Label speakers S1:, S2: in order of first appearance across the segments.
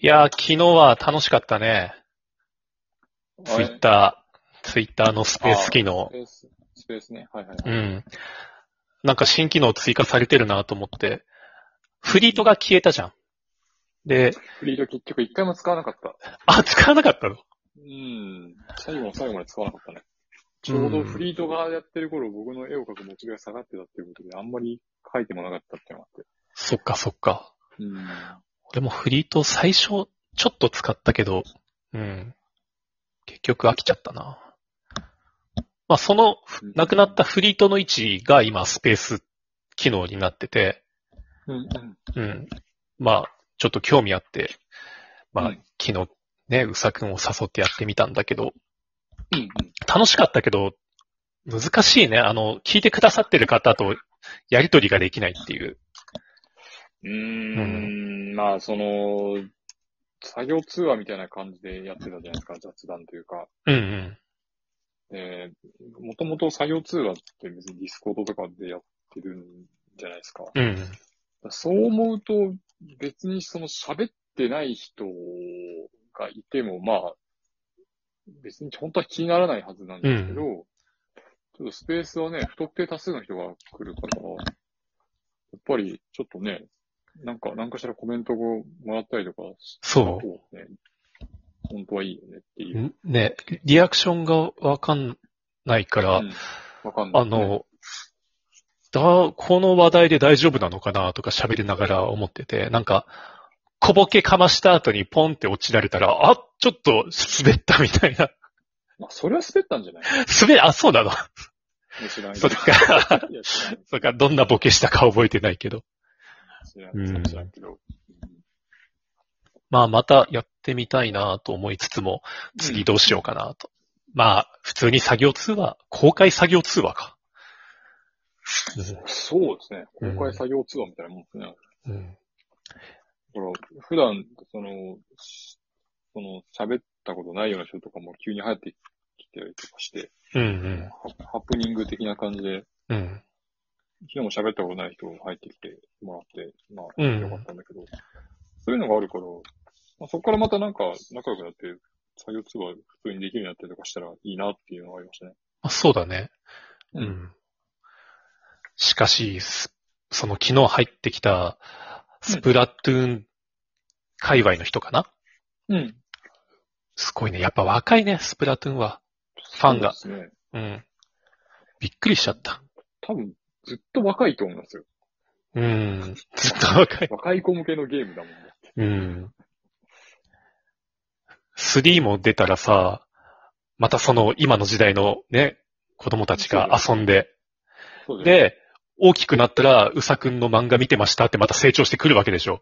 S1: いやー、昨日は楽しかったね。ツイッター、ツイッターのスペース機能
S2: ス。ペース、スペースね。はいはい、
S1: う
S2: はい。
S1: ん。なんか新機能追加されてるなと思って。フリートが消えたじゃん。で、
S2: フリード結局一回も使わなかった。
S1: あ、使わなかったの
S2: うん。最後の最後まで使わなかったね。ちょうどフリードがやってる頃、僕の絵を描くモチベが下がってたっていうことで、あんまり描いてもなかったっていうのがあって。
S1: そっかそっか。
S2: うん。
S1: 俺もフリート最初、ちょっと使ったけど、うん。結局飽きちゃったな。まあ、その、なくなったフリートの位置が今スペース機能になってて、
S2: うんうん。
S1: うん。まあ、ちょっと興味あって、まあ、
S2: うん
S1: 昨日ね、うさくんを誘ってやってみたんだけど、
S2: うんうん。
S1: 楽しかったけど、難しいね。あの、聞いてくださってる方とやりとりができないっていう。
S2: うーん、まあ、その、作業通話みたいな感じでやってたじゃないですか、雑談というか。
S1: うんうん。
S2: えー、もともと作業通話って別にディスコードとかでやってるんじゃないですか。
S1: うん。
S2: そう思うと、別にその喋ってない人がいても、まあ、別に本当は気にならないはずなんですけど、ちょっとスペースはね、不特定多数の人が来るから、やっぱりちょっとね、なんか、なんかしらコメントをもらったりとかした
S1: そ
S2: 方がね、本当はいいよねっていうう。
S1: ん。ね、リアクションがわかんないから、
S2: うんわかんない、
S1: あ、の、だ、この話題で大丈夫なのかなとか喋りながら思ってて、なんか、小ボケかました後にポンって落ちられたら、あ、ちょっと滑ったみたいな。
S2: まあ、それは滑ったんじ ゃない
S1: 滑、あ、そうなの。
S2: 知らない
S1: そっか。
S2: いや知らない
S1: そっか、どんなボケしたか覚えてないけど。
S2: 知ら
S1: うん
S2: ない。知らんけど。
S1: まあ、またやってみたいなと思いつつも、次どうしようかなと。まあ、普通に作業通話、公開作業通話か。
S2: そうですね。公開作業通話みたいなもんですね。
S1: うんうん
S2: ほら、普段、その、しその、喋ったことないような人とかも急に入ってきたりとかして、
S1: うん
S2: ハハプニング的な感じで、
S1: うん。うん。
S2: 昨日も喋ったことない人入ってきてもらって、まあ、
S1: うん
S2: よかったんだけど、そういうのがあるから、まあ、そこからまたなんか仲良くなって、作業通話普通にできるようになったりとかしたらいいなっていうのがありましたね。
S1: まあ、そうだね。
S2: う
S1: うんん。しかし、すその昨日入ってきた、スプラトゥーン界隈の人かな、
S2: うん。
S1: すごいね。やっぱ若いね、スプラトゥーンは。ファンが
S2: そうですね。
S1: うん。びっくりしちゃった。
S2: 多分、ずっと若いと思いますよ。
S1: うん。ずっと若い。
S2: 若い子向けのゲームだもんね。
S1: うん。3も出たらさ、またその今の時代のね、子供たちが遊んで、
S2: そうですね。
S1: で、大きくなったら、うさくんの漫画見てましたってまた成長してくるわけでしょ。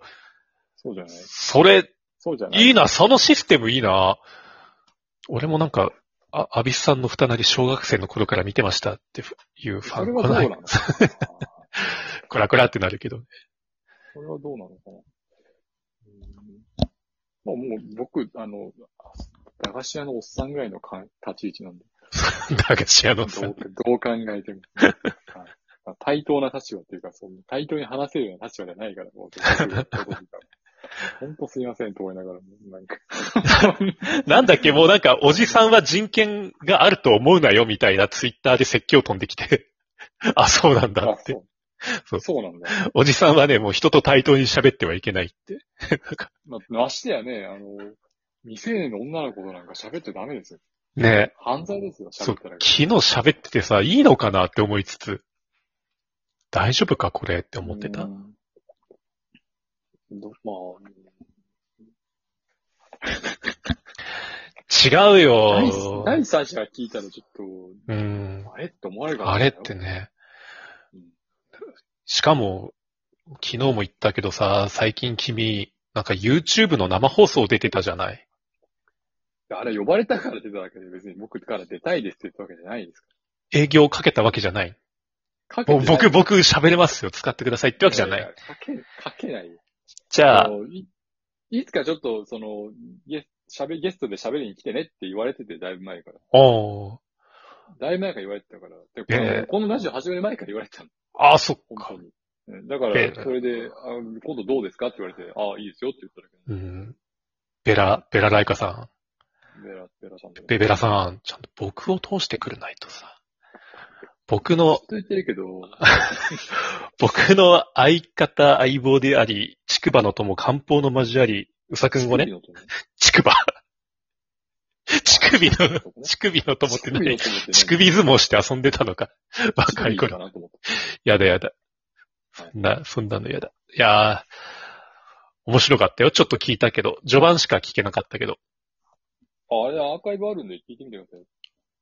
S2: そうじゃない
S1: それ、
S2: そうじゃない
S1: いいな、そのシステムいいな。俺もなんか、あ、アビスさんの二人小学生の頃から見てましたっていうフ
S2: そ
S1: ァ
S2: れ
S1: ン、
S2: は
S1: こ
S2: どう
S1: な
S2: ないの。かな
S1: こらこらってなるけど。
S2: それはどうなのかな。うんまあ、もう僕、あの、駄菓子屋のおっさんぐらいのかん立ち位置なんで、
S1: 駄菓子屋
S2: ど
S1: の
S2: う
S1: さ
S2: ど
S1: ん
S2: う。考えても。はいまあ対等な立場っていうか、その対等に話せるような立場じゃないから、もうどういうことですか、本当すいません、と思いながらも、なんか。
S1: なんだっけ、もうなんか、おじさんは人権があると思うなよ、みたいなツイッターで説教飛んできて。 あ、そうなんだ
S2: あ
S1: っ
S2: そ
S1: て。
S2: う
S1: そう
S2: そうなんだ。
S1: おじさんはね、もう人と対等に喋ってはいけないって。
S2: まあ、ましてやね、あの、未成年の女の子となんか喋っちゃダメですよ。
S1: ね
S2: 犯罪ですよ、
S1: そう
S2: 喋っ、たら。
S1: 昨日喋っててさ、いいのかなって思いつつ、大丈夫か、これって思って
S2: う
S1: た。
S2: んどま
S1: 違う
S2: あ、
S1: よ
S2: 第第三者が聞いたらちょっ
S1: うん。
S2: と、あれって思われるかも
S1: あ
S2: しな
S1: れ
S2: い
S1: っ
S2: よ
S1: て。ね
S2: うん。
S1: しかも、昨日も言ったけどさ、最近君、なんか YouTube の生放送出てたじゃない。
S2: あれ呼ばれたから出ただけで別に僕から出たいですって言ったわけじゃないです
S1: 営業かけたわけじゃない。
S2: か
S1: もう 僕、
S2: っ
S1: 僕喋れますよ。使ってくださいってわけじゃない。
S2: かけ、かけないよ。
S1: じゃあ、
S2: のいいつかちょっと、その、ゲ喋ゲストで喋りに来てねって言われてて、だいぶ前から。
S1: おー
S2: だいぶ前から言われてたから。でこの
S1: ええ
S2: このラジオ始める前から言われてたの。
S1: ああ、そっか
S2: 本当。に。うんだか
S1: え
S2: ら、
S1: え
S2: それで、あ今度どうですかって言われて、ああ、いいですよって言っただけ。
S1: うん。ベラ、ベラライカさん、
S2: ベラ、ベラさんとか。
S1: ベベラさん、ちゃんと僕を通してくれないとさ、僕の
S2: ずっと言ってるけど、
S1: 僕の相方、相棒であり、筑波の友、漢方の交わり、うさくん語ね、筑 波。乳首の、乳首の友って何乳首相撲して遊んでたのか。若い
S2: い
S1: 頃
S2: か。なと思って。
S1: やだやだ。
S2: はい
S1: そんな、そんなのやだ。いやー、面白かったよ。ちょっと聞いたけど、序盤しか聞けなかったけど。
S2: ああれ、アーカイブあるんで聞いてみてください。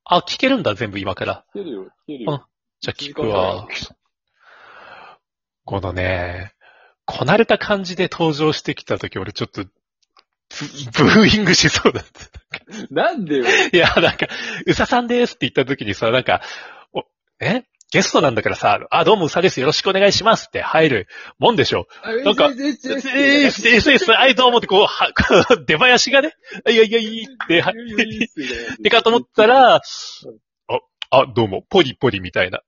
S1: あ、聞けるんだ、全部今から。
S2: 聞けるよ、聞けるよ。
S1: じゃあ聞くわ。このね、こなれた感じで登場してきたとき、俺ちょっと、ブブーイングしそうだった。
S2: なんでよ。
S1: いや、なんか、うささんですって言った時にさ、なんか、お、えゲストなんだからさ、あ、どうもうさです。よろしくお願いしますって入るもんでしょ。
S2: なん
S1: か、えー、えー、えー、えはい、どうもってこう、は、こう出囃子がね、いやいやいいって、はいってかと思った、ら、あ、あ、どうも、ポリポリみたいな。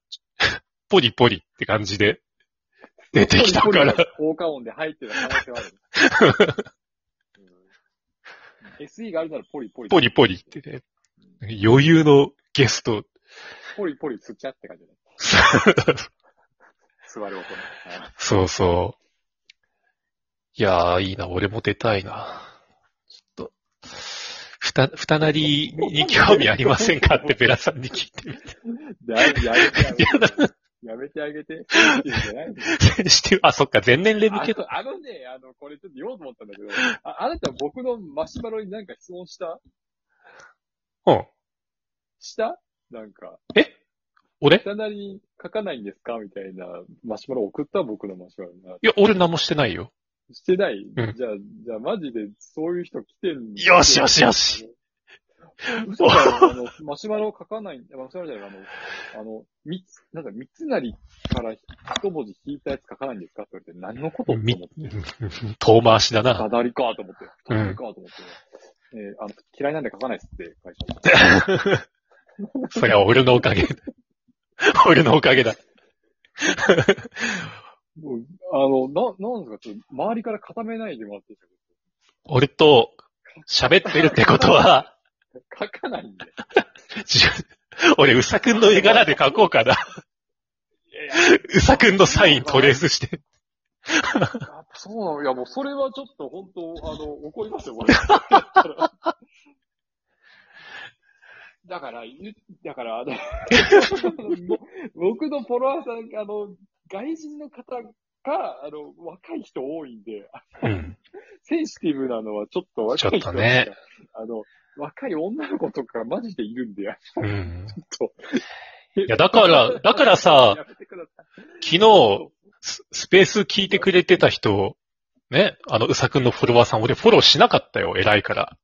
S1: ポリポリって感じで出てきたから。。
S2: 効果音で入ってた可能性はある。うん SE があるならポリポリ。
S1: ポリポリってね。余裕のゲスト。
S2: ポリポリつっちゃって感じだね。座る音ね。はい
S1: そうそう。いやー、いいな、俺も出たいな。ちょっと、ふた、ふたなりに興味ありませんかってベラさんに聞いてみて。
S2: やめてあげて。やめてあげて。
S1: してあ、そっか、全年齢向
S2: あ
S1: けだ。
S2: のあのね、あの、これちょっと言おうと思ったんだけど、ああなた僕のマシュマロになんか質問した
S1: うん。
S2: したなんか、
S1: 俺
S2: かなり書かないんですかみたいなマシュマロ送った僕のマシュマロにない
S1: や、俺何もしてないよ。
S2: してない、
S1: うん
S2: じゃあ、じゃあマジでそういう人来てんの
S1: よしよしよし。
S2: 嘘だよ、あの、マシュマロ書かない、マシュマロじゃない、あの、あの、みつ、なんか、三つなりから一文字引いたやつ書かないんですかって言われて、何のことと思
S1: み
S2: って。
S1: 遠回しだな。
S2: かなりかと思って、
S1: う
S2: か
S1: ん
S2: なりかと思って、えーあの、嫌いなんで書かないっすって会社に。
S1: そりゃ俺のおかげ。俺のおかげだ。
S2: もうあの、な、なんですか、ちょっと周りから固めないでもらっていいです
S1: 俺と喋ってるってことは、
S2: か書かないんで。
S1: じゅ俺、うさくんの絵柄で描こうかな。うさくんのサイントレースして。
S2: あそうなのいや、もうそれはちょっと本当、あの、怒りますよ、 これ。だから、ゆだから、あの 僕のフォロワーさん、あの、外人の方が、あの、若い人多いんで、
S1: うん。
S2: センシティブなのはちょっと若い人
S1: ちょっとね。
S2: あの、若い女の子とかマジでいるんで、
S1: うん。
S2: と
S1: いや、だ から、だからさ、
S2: やめてください
S1: 昨日、ススペース聞いてくれてた人、ね、あの、うさくんのフォロワーさん、俺フォローしなかったよ、偉いから。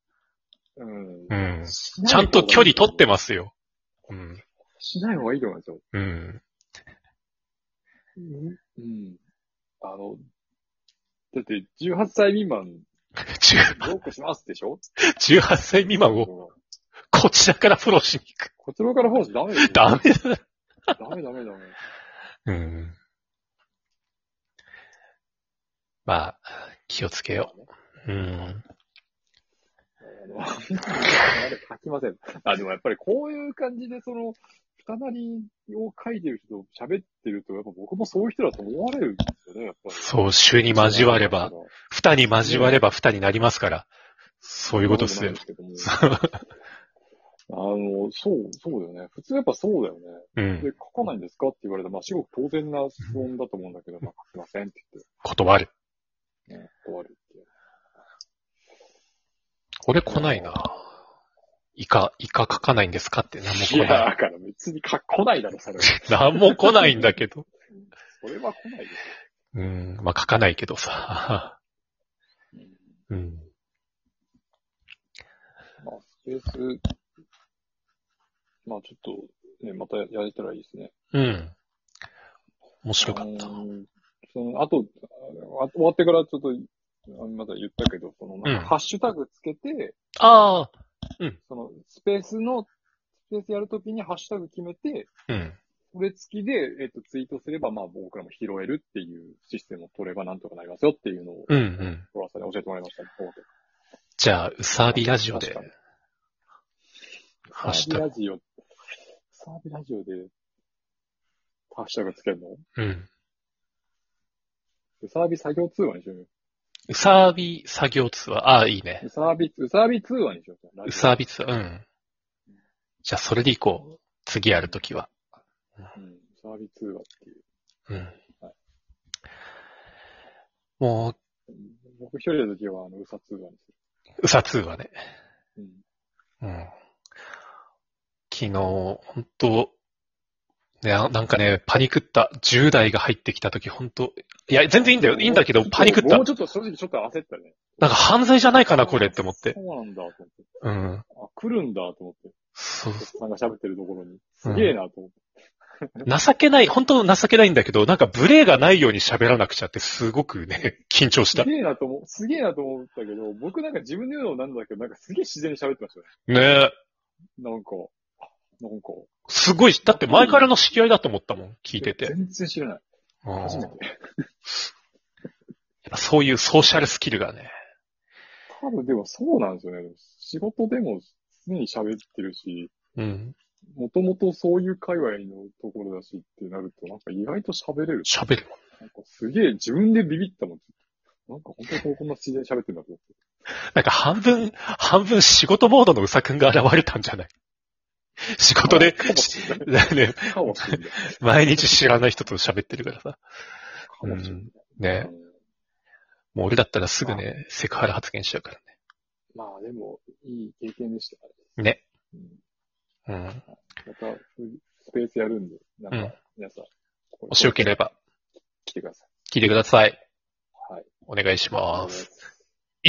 S2: うん
S1: うん。ちゃんと距離取ってますよ。うん。
S2: す。しない方がいいと思いますよ。
S1: うん。
S2: うん。あの、だって、18歳未 満、
S1: 10
S2: ロックしますでしょ
S1: 18歳未満を
S2: こ
S1: こちらからフォローしに行く。
S2: っちらからフォローしてダメです
S1: ダ
S2: よ
S1: メだ。
S2: ダメダメダメ。
S1: うん。まあ、気をつけよう。うん。
S2: あの あれ書きません。あ、でもやっぱりこういう感じで、その、二なりを書いてる人と喋ってると、やっぱ僕もそういう人だと思われるんですよね、やっぱり。
S1: そう、週に交われば、。二に交われば二になりますから。そういうことっすよ。
S2: あの、そう、そうだよね。普通やっぱそうだよね。
S1: うん
S2: で。、書かないんですかって言われたら、まあ、至極当然な質問だと思うんだけど、まあ、書きませんって言
S1: 断る。
S2: って、ね、断るっていう。
S1: 俺来ないな。イカ、イカ書かないんですかって何も来
S2: いや、
S1: な
S2: だから別に書来ないだろ、それは。
S1: い。何も来ないんだけど。
S2: それは来ないです
S1: うん、まあ書かないけどさ。
S2: よ。
S1: うん。
S2: まあ、スペース、まあ、ちょっと、ね、またやれたらいいですね。
S1: うん。面白かった
S2: あ。のーその、あと、あ終わってからちょっと、あまた言ったけど、その、なん
S1: うん
S2: かハッシュタグつけて、
S1: ああ、
S2: その、スペースの、スペースやるときにハッシュタグ決めて、
S1: うん。
S2: それ付きで、えっ、と、ツイートすれば、まあ、僕らも拾えるっていうシステムを取ればなんとかなりますよっていうのを、
S1: うん、うん。
S2: フォロワーさんに教えてもらいました。
S1: じゃあ、うさびラジオで
S2: 確か、に
S1: ハッシ
S2: サ
S1: ュタ
S2: ービラ
S1: グ。
S2: ジオ、サービラジオで、ハッシュタグつけるの
S1: うん。
S2: うさーび作業通話にしようよ。
S1: うさび作業通話。ああ、いいね。
S2: うさーび、うさーび通話にしようよ。
S1: うさび通話。うん。じゃあ、それでいこう。次やるときは。
S2: うん、うさーび通話っていう。
S1: うん。もう、
S2: 僕一人の時は、あの、うさ通話にす
S1: うさ通話ね。
S2: る。
S1: うん。昨日、本当ね、あなんかね、パニクった。10代が入ってきたとき、本当いや、全然いいんだよ。
S2: うん。
S1: いいんだけど、パニクった。
S2: も
S1: な
S2: うんちょっと正直ちょっと焦ったね。
S1: か犯罪じゃないかな、これって思って
S2: そ。うなんだと思って。
S1: うん。
S2: あ、来るんだと思って。
S1: そう
S2: おっ。さんが喋ってるところに。すげえなと思って。
S1: 情けない、本当情けないんだけど、なんかブレがないように喋らなくちゃって、すごくね、 緊張し
S2: す
S1: た。ね
S2: げえなと思う、すげえなと思ったけど、僕なんか自分で言うのもなんだけど、なんかすげえ自然に喋ってましたね。
S1: え。
S2: なんか、あなんか。
S1: すごい、だって前からの知り合いだと思ったもん、聞いてて。
S2: 全然知らな
S1: う
S2: い。
S1: んや
S2: 初め。
S1: ってぱそういうソーシャルスキルがね。
S2: 多分でもそうなんですよね。仕事でも常に喋ってるし、
S1: うん。
S2: もともとそういう界隈のところだしってなると、なんか意外と喋れる。
S1: 喋るもん。
S2: なんかすげえ自分でビビったもん。なんか本当にこんな自然に喋ってんだと思って。
S1: なんか半分、半分仕事モードのうさくんが現れたんじゃない仕事で、
S2: かもしれな い。
S1: ね、
S2: かもしれない。
S1: 毎日知らない人と喋ってるからさ。
S2: かもしれな
S1: ね。
S2: い。
S1: もう俺だったらすぐね、セクハラ発言しちゃうから
S2: まあでも、いい経験でした
S1: ね。ね。
S2: うん
S1: うん。
S2: また、スペースやるんで、なん
S1: うん
S2: か、皆さん、これ
S1: もしよければ、
S2: 来てくださ
S1: 聞いてください。
S2: い。はい。
S1: お願いし
S2: ありがとう
S1: ま
S2: ござい
S1: す
S2: ま。す